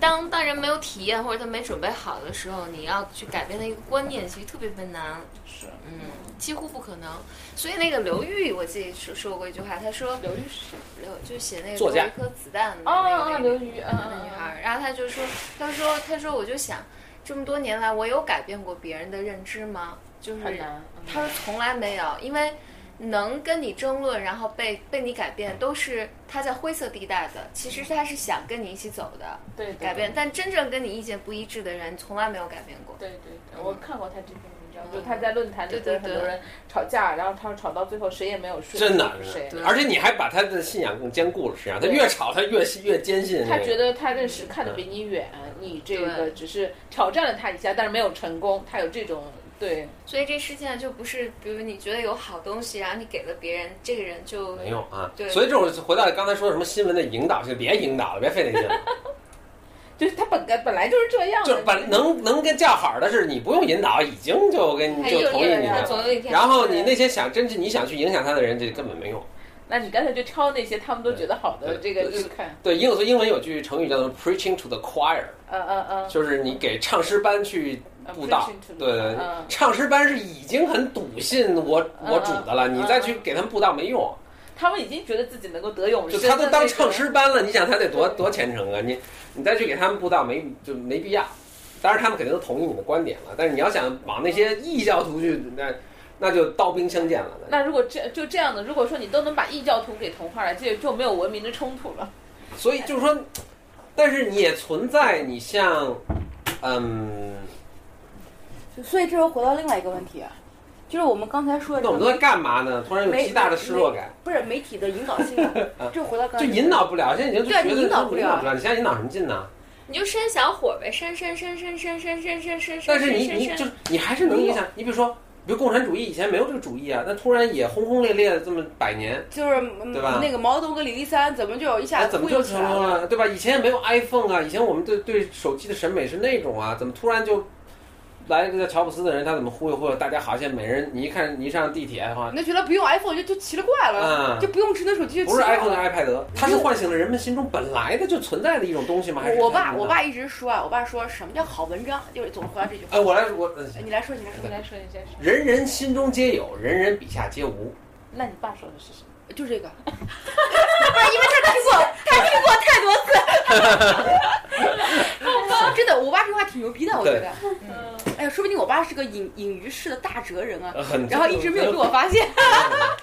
当当人没有体验或者他没准备好的时候，你要去改变他一个观念，其实特别特别难，是，嗯，几乎不可能。所以那个刘玉，我记得说说过一句话，他说刘律师，刘就写那个作留家一颗子弹的哦那个哦，那个刘瑜，嗯那嗯，女孩儿，然后她就说，她说，她说，我就想，这么多年来，我有改变过别人的认知吗？就是很难嗯她说从来没有，因为能跟你争论，然后被被你改变，都是他在灰色地带的，其实他是想跟你一起走的，对对对改变，但真正跟你意见不一致的人，从来没有改变过。对对对，我看过他这篇文章，就他在论坛里嗯对对跟很多对人吵架，然后他吵到最后谁也没有说服真的谁，，而且你还把他的信仰更坚固了，实际上他越吵他越信越坚信。他觉得他认识看得比你远，嗯你这个对只是挑战了他一下，但是没有成功，他有这种 对所以这世界上就不是，比如你觉得有好东西，然后你给了别人，这个人就没用啊对，所以这种回到刚才说的什么新闻的引导，就别引导了，别费那劲了。就是他本该本来就是这样的，就是把能能跟叫好的是，你不用引导，已经就跟还嗯就有同一意个你人的他了。总有一天。然后你那些想真是你想去影响他的人，这根本没用。那你干脆就挑那些他们都觉得好的这对个对去看，对，英所以英文有句成语叫做 “preaching to the choir”，嗯嗯嗯，就是你给唱诗班去布道 Preaching to。the- 对对，对嗯唱诗班是已经很笃信我嗯我主的了，嗯你再去给他们布道没用。他们已经觉得自己能够得永就生，他都当唱唱诗班了，你想他得多对多虔诚啊！你你再去给他们布道没就没必要。当然他们肯定都同意你的观点了，但是你要想往那些异教徒去，那那就刀兵相见了。那如果这就这样的，如果说你都能把异教徒给同化了，这就没有文明的冲突 了。所以就是说，但是你也存在，你像，嗯，所以这又回到另外一个问题啊，就是我们刚才说的那我们都在干嘛呢？突然有没极大的失落感，不是媒体的引导性 啊，这回到刚就才引导不了，现在已经就对啊觉得你引导不了引导不了，你现在引导什么劲呢？你就扇小火呗，扇扇扇扇扇扇扇扇扇。但是你扇你扇就是你还是能影响，你比如说，比如共产主义以前没有这个主义啊，那突然也轰轰烈烈的这么百年。就是嗯对吧那个毛泽东跟李立三怎么就一下那子哎怎么忽就悠起成来功？了，对吧？以前也没有 iPhone 啊，以前我们对对手机的审美是那种啊，怎么突然就来一个叫乔布斯的人，他怎么忽悠忽悠大家？好像每人你一看，你一上地铁的话，那觉得不用 iPhone 就就奇了怪了，嗯就不用智能手机就不奇是了怪 iPhone 了的。iPad，它是唤醒了人们心中本来的就存在的一种东西吗？还是我我怎么爸样我，爸一直说啊，我爸说什么叫好文章，就是总是回答这句话。哎，我来我，嗯哎你来说，你来说你，来说一下是，人人心中皆有，人人笔下皆无。那你爸说的是什么？就这个， 不是因为他听过，他听过太多 次。真的，我爸这话挺牛逼的，我觉得。嗯，哎呀，说不定我爸是个隐隐于市的大哲人啊，呃很然后一直没有被我发现。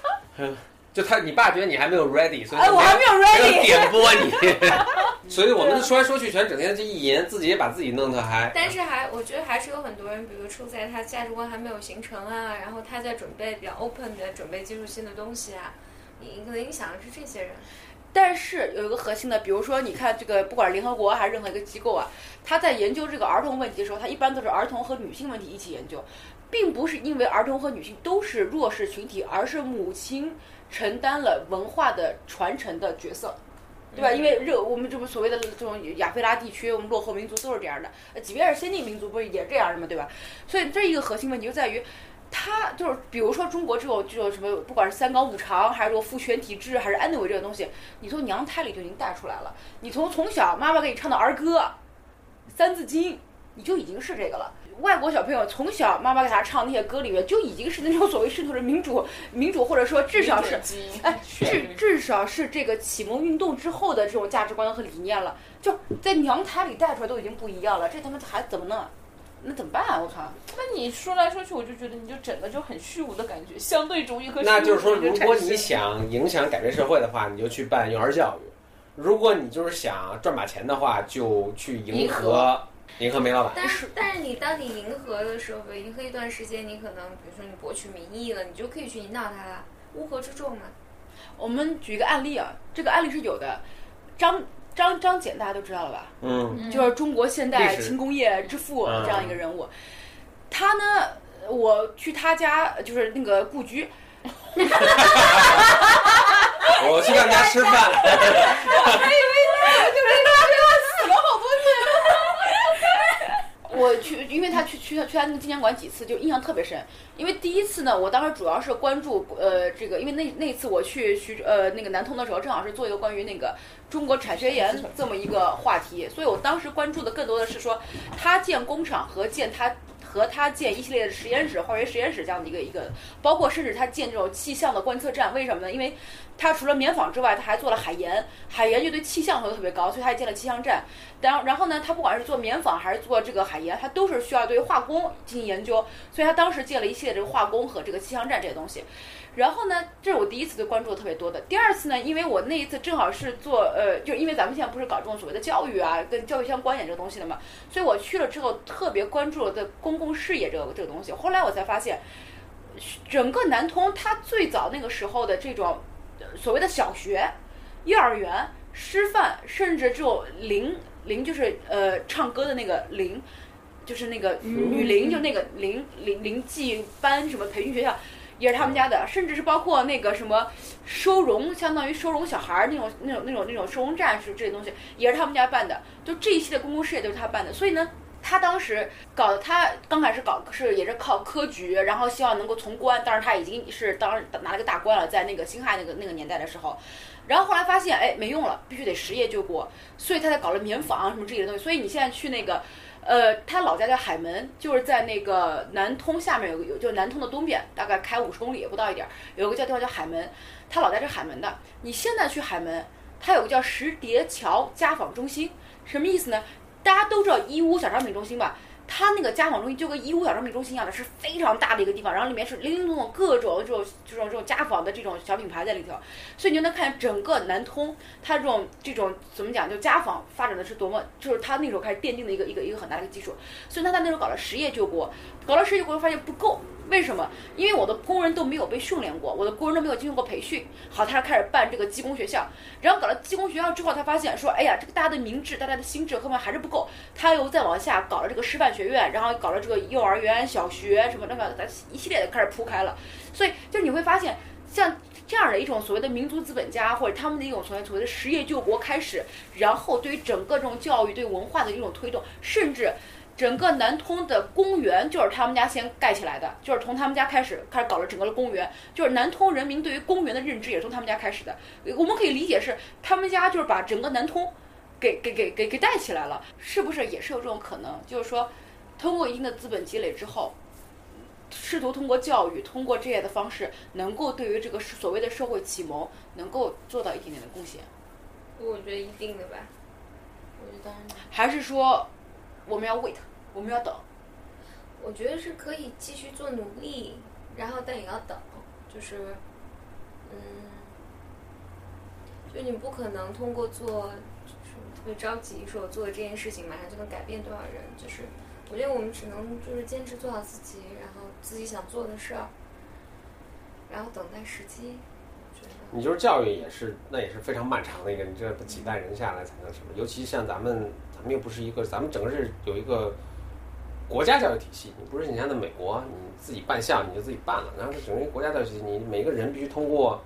就他，你爸觉得你还没有 ready，所以哎，我还没有没有 ready。点拨你。所以我们说来说去全整天这意淫，自己也把自己弄得还。但是还，我觉得还是有很多人，比如处在他价值观还没有形成啊，然后他在准备比较 open 的准备接触新的东西啊，你可能影响的是这些人。但是有一个核心的，比如说，你看这个，不管是联合国还是任何一个机构啊，他在研究这个儿童问题的时候，他一般都是儿童和女性问题一起研究，并不是因为儿童和女性都是弱势群体，而是母亲承担了文化的传承的角色。对吧？因为热我们这不所谓的这种亚非拉地区，我们落后民族都是这样的，呃即便是先进民族不是也这样的吗？对吧？所以这一个核心问题就在于，它就是比如说中国这种这种什么，不管是三纲五常，还是说父权体制，还是安内维这个东西，你从娘胎里就已经带出来了。你从从小妈妈给你唱的儿歌，《三字经》，你就已经是这个了。外国小朋友从小妈妈给他唱那些歌里面，就已经是那种所谓渗透着民主、民主，或者说至少是哎，至至少是这个启蒙运动之后的这种价值观和理念了，就在娘胎里带出来都已经不一样了，这他妈还怎么弄啊？那怎么办啊？我靠！ 那你说来说去，我就觉得你就整个就很虚无的感觉，相对主义和那就是说，虚无如主义果就产你生想影响改变社会的话，你就去办幼儿教育；如果你就是想赚把钱的话，就去迎迎合迎合煤老板。但是，但是你当你迎合的时候，迎合一段时间，你可能比如说你博取民意了，你就可以去引导他了，乌合之众嘛。我们举一个案例啊，这个案例是有的，张张张謇大家都知道了吧？嗯，就是中国现代历史轻工业之父嗯这样一个人物。他呢，我去他家就是那个故居，我去他们家吃饭，我就没他这个死了好多 我去，因为他去去去他那个纪念馆几次，就印象特别深。因为第一次呢，我当时主要是关注呃这个，因为那那次我去徐呃那个南通的时候，正好是做一个关于那个中国产学研这么一个话题，所以我当时关注的更多的是说他建工厂和建他。和他建一系列的实验室、化学实验室这样的一个一个，包括甚至他建这种气象的观测站，为什么呢？因为他除了棉纺之外，他还做了海盐，海盐就对气象要求特别高，所以他也建了气象站。然然后呢，他不管是做棉纺还是做这个海盐，他都是需要对化工进行研究，所以他当时建了一系列这个化工和这个气象站这些东西。然后呢，这是我第一次对关注的特别多的。第二次呢，因为我那一次正好是做呃，就因为咱们现在不是搞这种所谓的教育啊，跟教育相关联这个东西的嘛，所以我去了之后特别关注了的公共事业这个这个东西。后来我才发现，整个南通它最早那个时候的这种呃所谓的小学、幼儿园、师范，甚至这种零零就是呃唱歌的那个零，就是那个女女零，就那个零零零技班什么培训学校。也是他们家的，甚至是包括那个什么收容，相当于收容小孩儿那种、那种、那种、那种收容站是这些东西，也是他们家办的。就这一系列公共事业都是他办的，所以呢，他当时搞的，他刚开始搞是也是靠科举，然后希望能够从官，当时他已经是当拿了个大官了，在那个辛亥那个那个年代的时候，然后后来发现哎没用了，必须得实业救国，所以他才搞了棉纺啊什么这些东西。所以你现在去那个。呃，他老家在海门，就是在那个南通下面有个有，就是南通的东边，大概开五十公里不到一点儿，有个叫地方叫海门，他老家是海门的。你现在去海门，它有个叫石碞桥家纺中心，什么意思呢？大家都知道义乌小商品中心吧？它那个家纺中心就跟义乌小商品中心一样的，是非常大的一个地方，然后里面是零零总总各种这种这种这种家纺的这种小品牌在里头，所以你就能看见整个南通它这种这种怎么讲，就家纺发展的是多么，就是它那时候开始奠定的一个一个一个很大的一个基础。所以他在那时候搞了实业救国，搞了实业救国发现不够，为什么？因为我的工人都没有被训练过，我的工人都没有经受过培训。好，他开始办这个技工学校，然后搞了技工学校之后，他发现说，哎呀，这个大家的明智，大家的心智各方面还是不够。他又再往下搞了这个师范学院，然后搞了这个幼儿园、小学什么乱七八糟一系列的开始铺开了。所以就是你会发现，像这样的一种所谓的民族资本家，或者他们的一种所谓所谓的实业救国开始，然后对于整个这种教育、对文化的一种推动，甚至整个南通的公园就是他们家先盖起来的，就是从他们家开始开始搞了整个的公园，就是南通人民对于公园的认知也是从他们家开始的。我们可以理解是他们家就是把整个南通给给给给给带起来了，是不是也是有这种可能？就是说，通过一定的资本积累之后，试图通过教育、通过这些的方式，能够对于这个所谓的社会启蒙，能够做到一点点的贡献，我觉得一定的吧。我觉得当然，还是说我们要 wait，我们要等？我觉得是可以继续做努力，然后但也要等，就是，嗯，就你不可能通过做，就是特别着急说我做了这件事情马上就能改变多少人，就是我觉得我们只能就是坚持做好自己，然后自己想做的事儿，然后等待时机。我觉得你就是教育也是，那也是非常漫长的一个，你这几代人下来才能什么？尤其像咱们，咱们又不是一个，咱们整个是有一个国家教育体系，你不是你像在美国，你自己办校你就自己办了，然后它整个一个国家教育体系，你每个人必须通过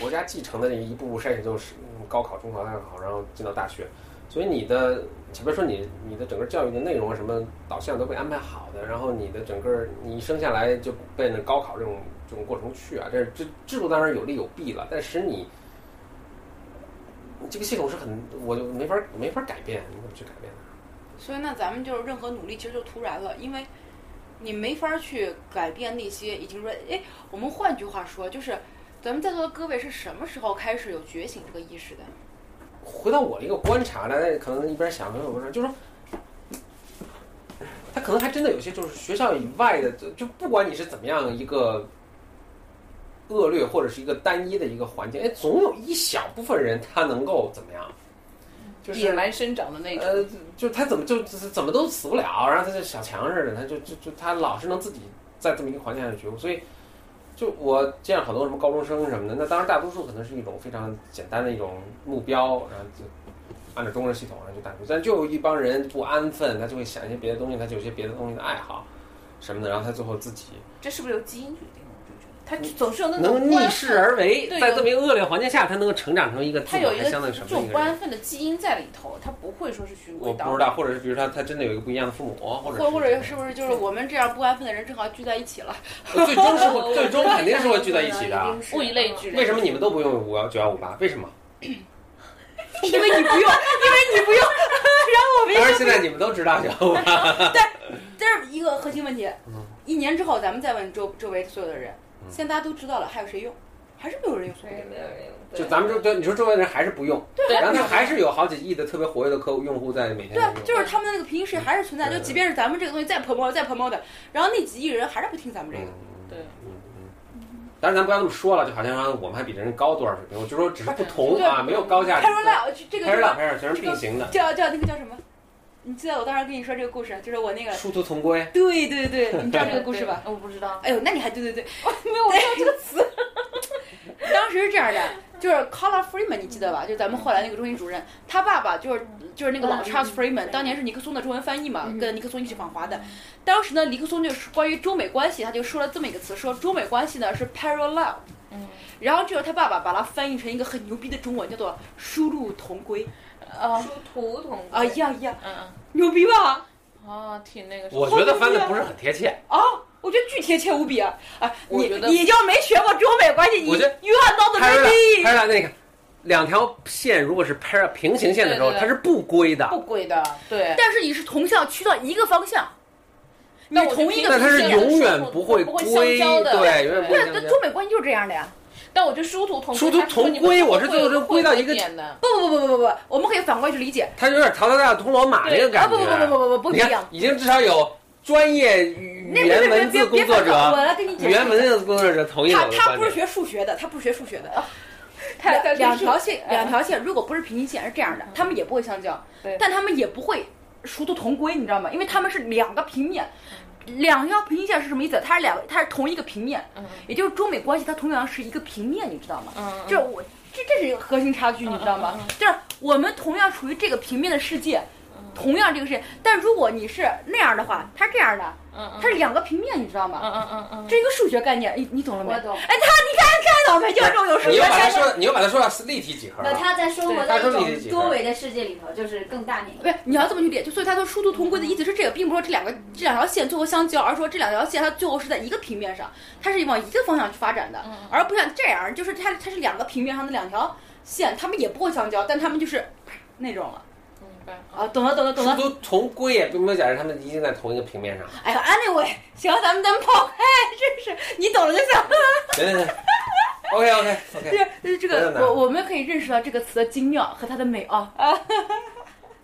国家继承的这一步步筛选，就是高考、中考、大考，然后进到大学。所以你的，且别说你你的整个教育的内容啊什么导向都被安排好的，然后你的整个你一生下来就奔着高考这种这种过程去啊，这这制度当然有利有弊了，但是你这个系统是很我就没法没法改变，你怎么去改变呢？所以那咱们就是任何努力其实就徒然了，因为你没法去改变那些已经说，哎，我们换句话说就是。咱们在座的各位是什么时候开始有觉醒这个意识的？回到我的一个观察，大家可能一边想没有说，就是说，他可能还真的有些就是学校以外的，就就不管你是怎么样一个恶劣或者是一个单一的一个环境，哎，总有一小部分人他能够怎么样，就是野蛮生长的那种。呃，就是他怎么就就是怎么都死不了，然后他就小强似的，他就就就他老是能自己在这么一个环境下去觉悟。所以，就我见了好多什么高中生什么的，那当然大多数可能是一种非常简单的一种目标，然后就按照中式系统，然后就大学。但就有一帮人不安分，他就会想一些别的东西，他就有些别的东西的爱好什么的，然后他最后自己这是不是由基因决定的？我就觉得他总是有那种能逆官势而为，嗯对在有这么一个恶劣环境下，他能够成长成一个自他我有一还个相当于什这么的一个种人。官分的基因在里头，他不会说是循规我蹈矩。不知道，或者是比如说他真的有一个不一样的父母，或者或或者是是不是就是我们这样不安分的人正好聚在一起了？ 最终是会最终肯定是会聚在一起我觉得的啊一定。是物以类聚，为什么你们都不用五幺九幺五八？为什么？因为你不用，因为你不用。 当然现在你们都知道九幺五八。这是一个核心问题嗯。一年之后咱们再问周周围所有的人，嗯现在大家都知道了，还有谁用？还是没有人用。谁也没有人用对就咱们就对你说周围人还是不用，对然后他还是有好几亿的特别活跃的客户用户在每天对啊，用就是他们的那个平时还是存在，嗯对就即便是咱们这个东西再 promo 再 promo 的，然后那几亿人还是不听咱们这嗯个。对嗯嗯。当然，咱不要这么说了，就好像说我们还比人高多少水平。我就说只是不同对啊，没有高下之开分。说了，这个开始这了，个开始全是并行的，叫叫那个叫什么？你记得我当时跟你说这个故事，就是我 那个，殊途同归。对对对，你知道这个故事吧？我不知道，哎呦，那你还对对对，没有，我知道这个词。 当时是这样的，就是 Carla Freeman，你记得吧？就咱们后来那个中心主任，他爸爸就是就是那个老嗯 Charles Freeman，对当年是尼克松的中文翻译嘛，嗯跟尼克松一起访华的。当时呢，尼克松就是关于中美关系，他就说了这么一个词，说中美关系呢是 parallel，嗯，然后就是他爸爸把它翻译成一个很牛逼的中文，叫做殊路同归。啊殊途同归啊呀呀，嗯牛逼吧？嗯，啊，挺那个什么，我觉得翻的不是很贴切，啊！我觉得巨贴切无比啊！啊，我你觉得你就没学过中美关系，你我觉得 you are not 开始了 ready。，开始了那个。两条线如果是 pair 平行线的时候，对对对它是不归的，不轨的，对，但是你是同向驱到一个方向，你但我同一觉得个但它方是向。永远会不归，会相交的对，永远不会对，相那交中。美关系就是这样的呀。但我觉得殊途同殊途同归我是最后就归到一个点的，不不不不不不，我们可以反过来去理解。它有点《唐老大铜锣马》那个啊感不觉。不不不不不不不你一看样，。已经至少有专业语那言文别别字别工别作别，我者，来跟你解语释言一下。文字工作者同意他我的他观不是点。学数学的，他不是学数学的。哦 太太两是条线，嗯两条线，如果不是平行线，是这样的，他们也不会相交对，但他们也不会殊途同归，你知道吗？因为他们是两个平面，两条平行线是什么意思？它是两，它是同一个平面，嗯也就是中美关系它同样是一个平面，你知道吗？嗯，就是我这这是一个核心差距，你知道吗嗯嗯？嗯就是我们同样处于这个平面的世界，同样这个世界，但如果你是那样的话，它是这样的，嗯嗯它是两个平面，你知道吗？嗯嗯嗯嗯，这一个数学概念，你你懂了没？我哎，他懂。你看看到没？就是这种有数你学又把它概念。说，你又把它说到是立体几何啊那了。他在生活对他在说你一种几分多维的世界里头，就是更大面。不是，你要这么去理解，就所以他说殊途同归的意思是这个，并不是说这两个这两条线最后相交，而是说这两条线它最后是在一个平面上，它是往一个方向去发展嗯的，而不像这样，就是它它是两个平面上的两条线，它们也不会相交，但它们就是那种了明白啊，懂了懂了懂殊了。途同归也并没有假设他们一定在同一个平面上。哎呀，anyway，行，咱们咱们抛开，真是你懂了就行。对对对，OK OK OK。这这我也个买我我们可以认识到这个词的精妙和它的美啊啊！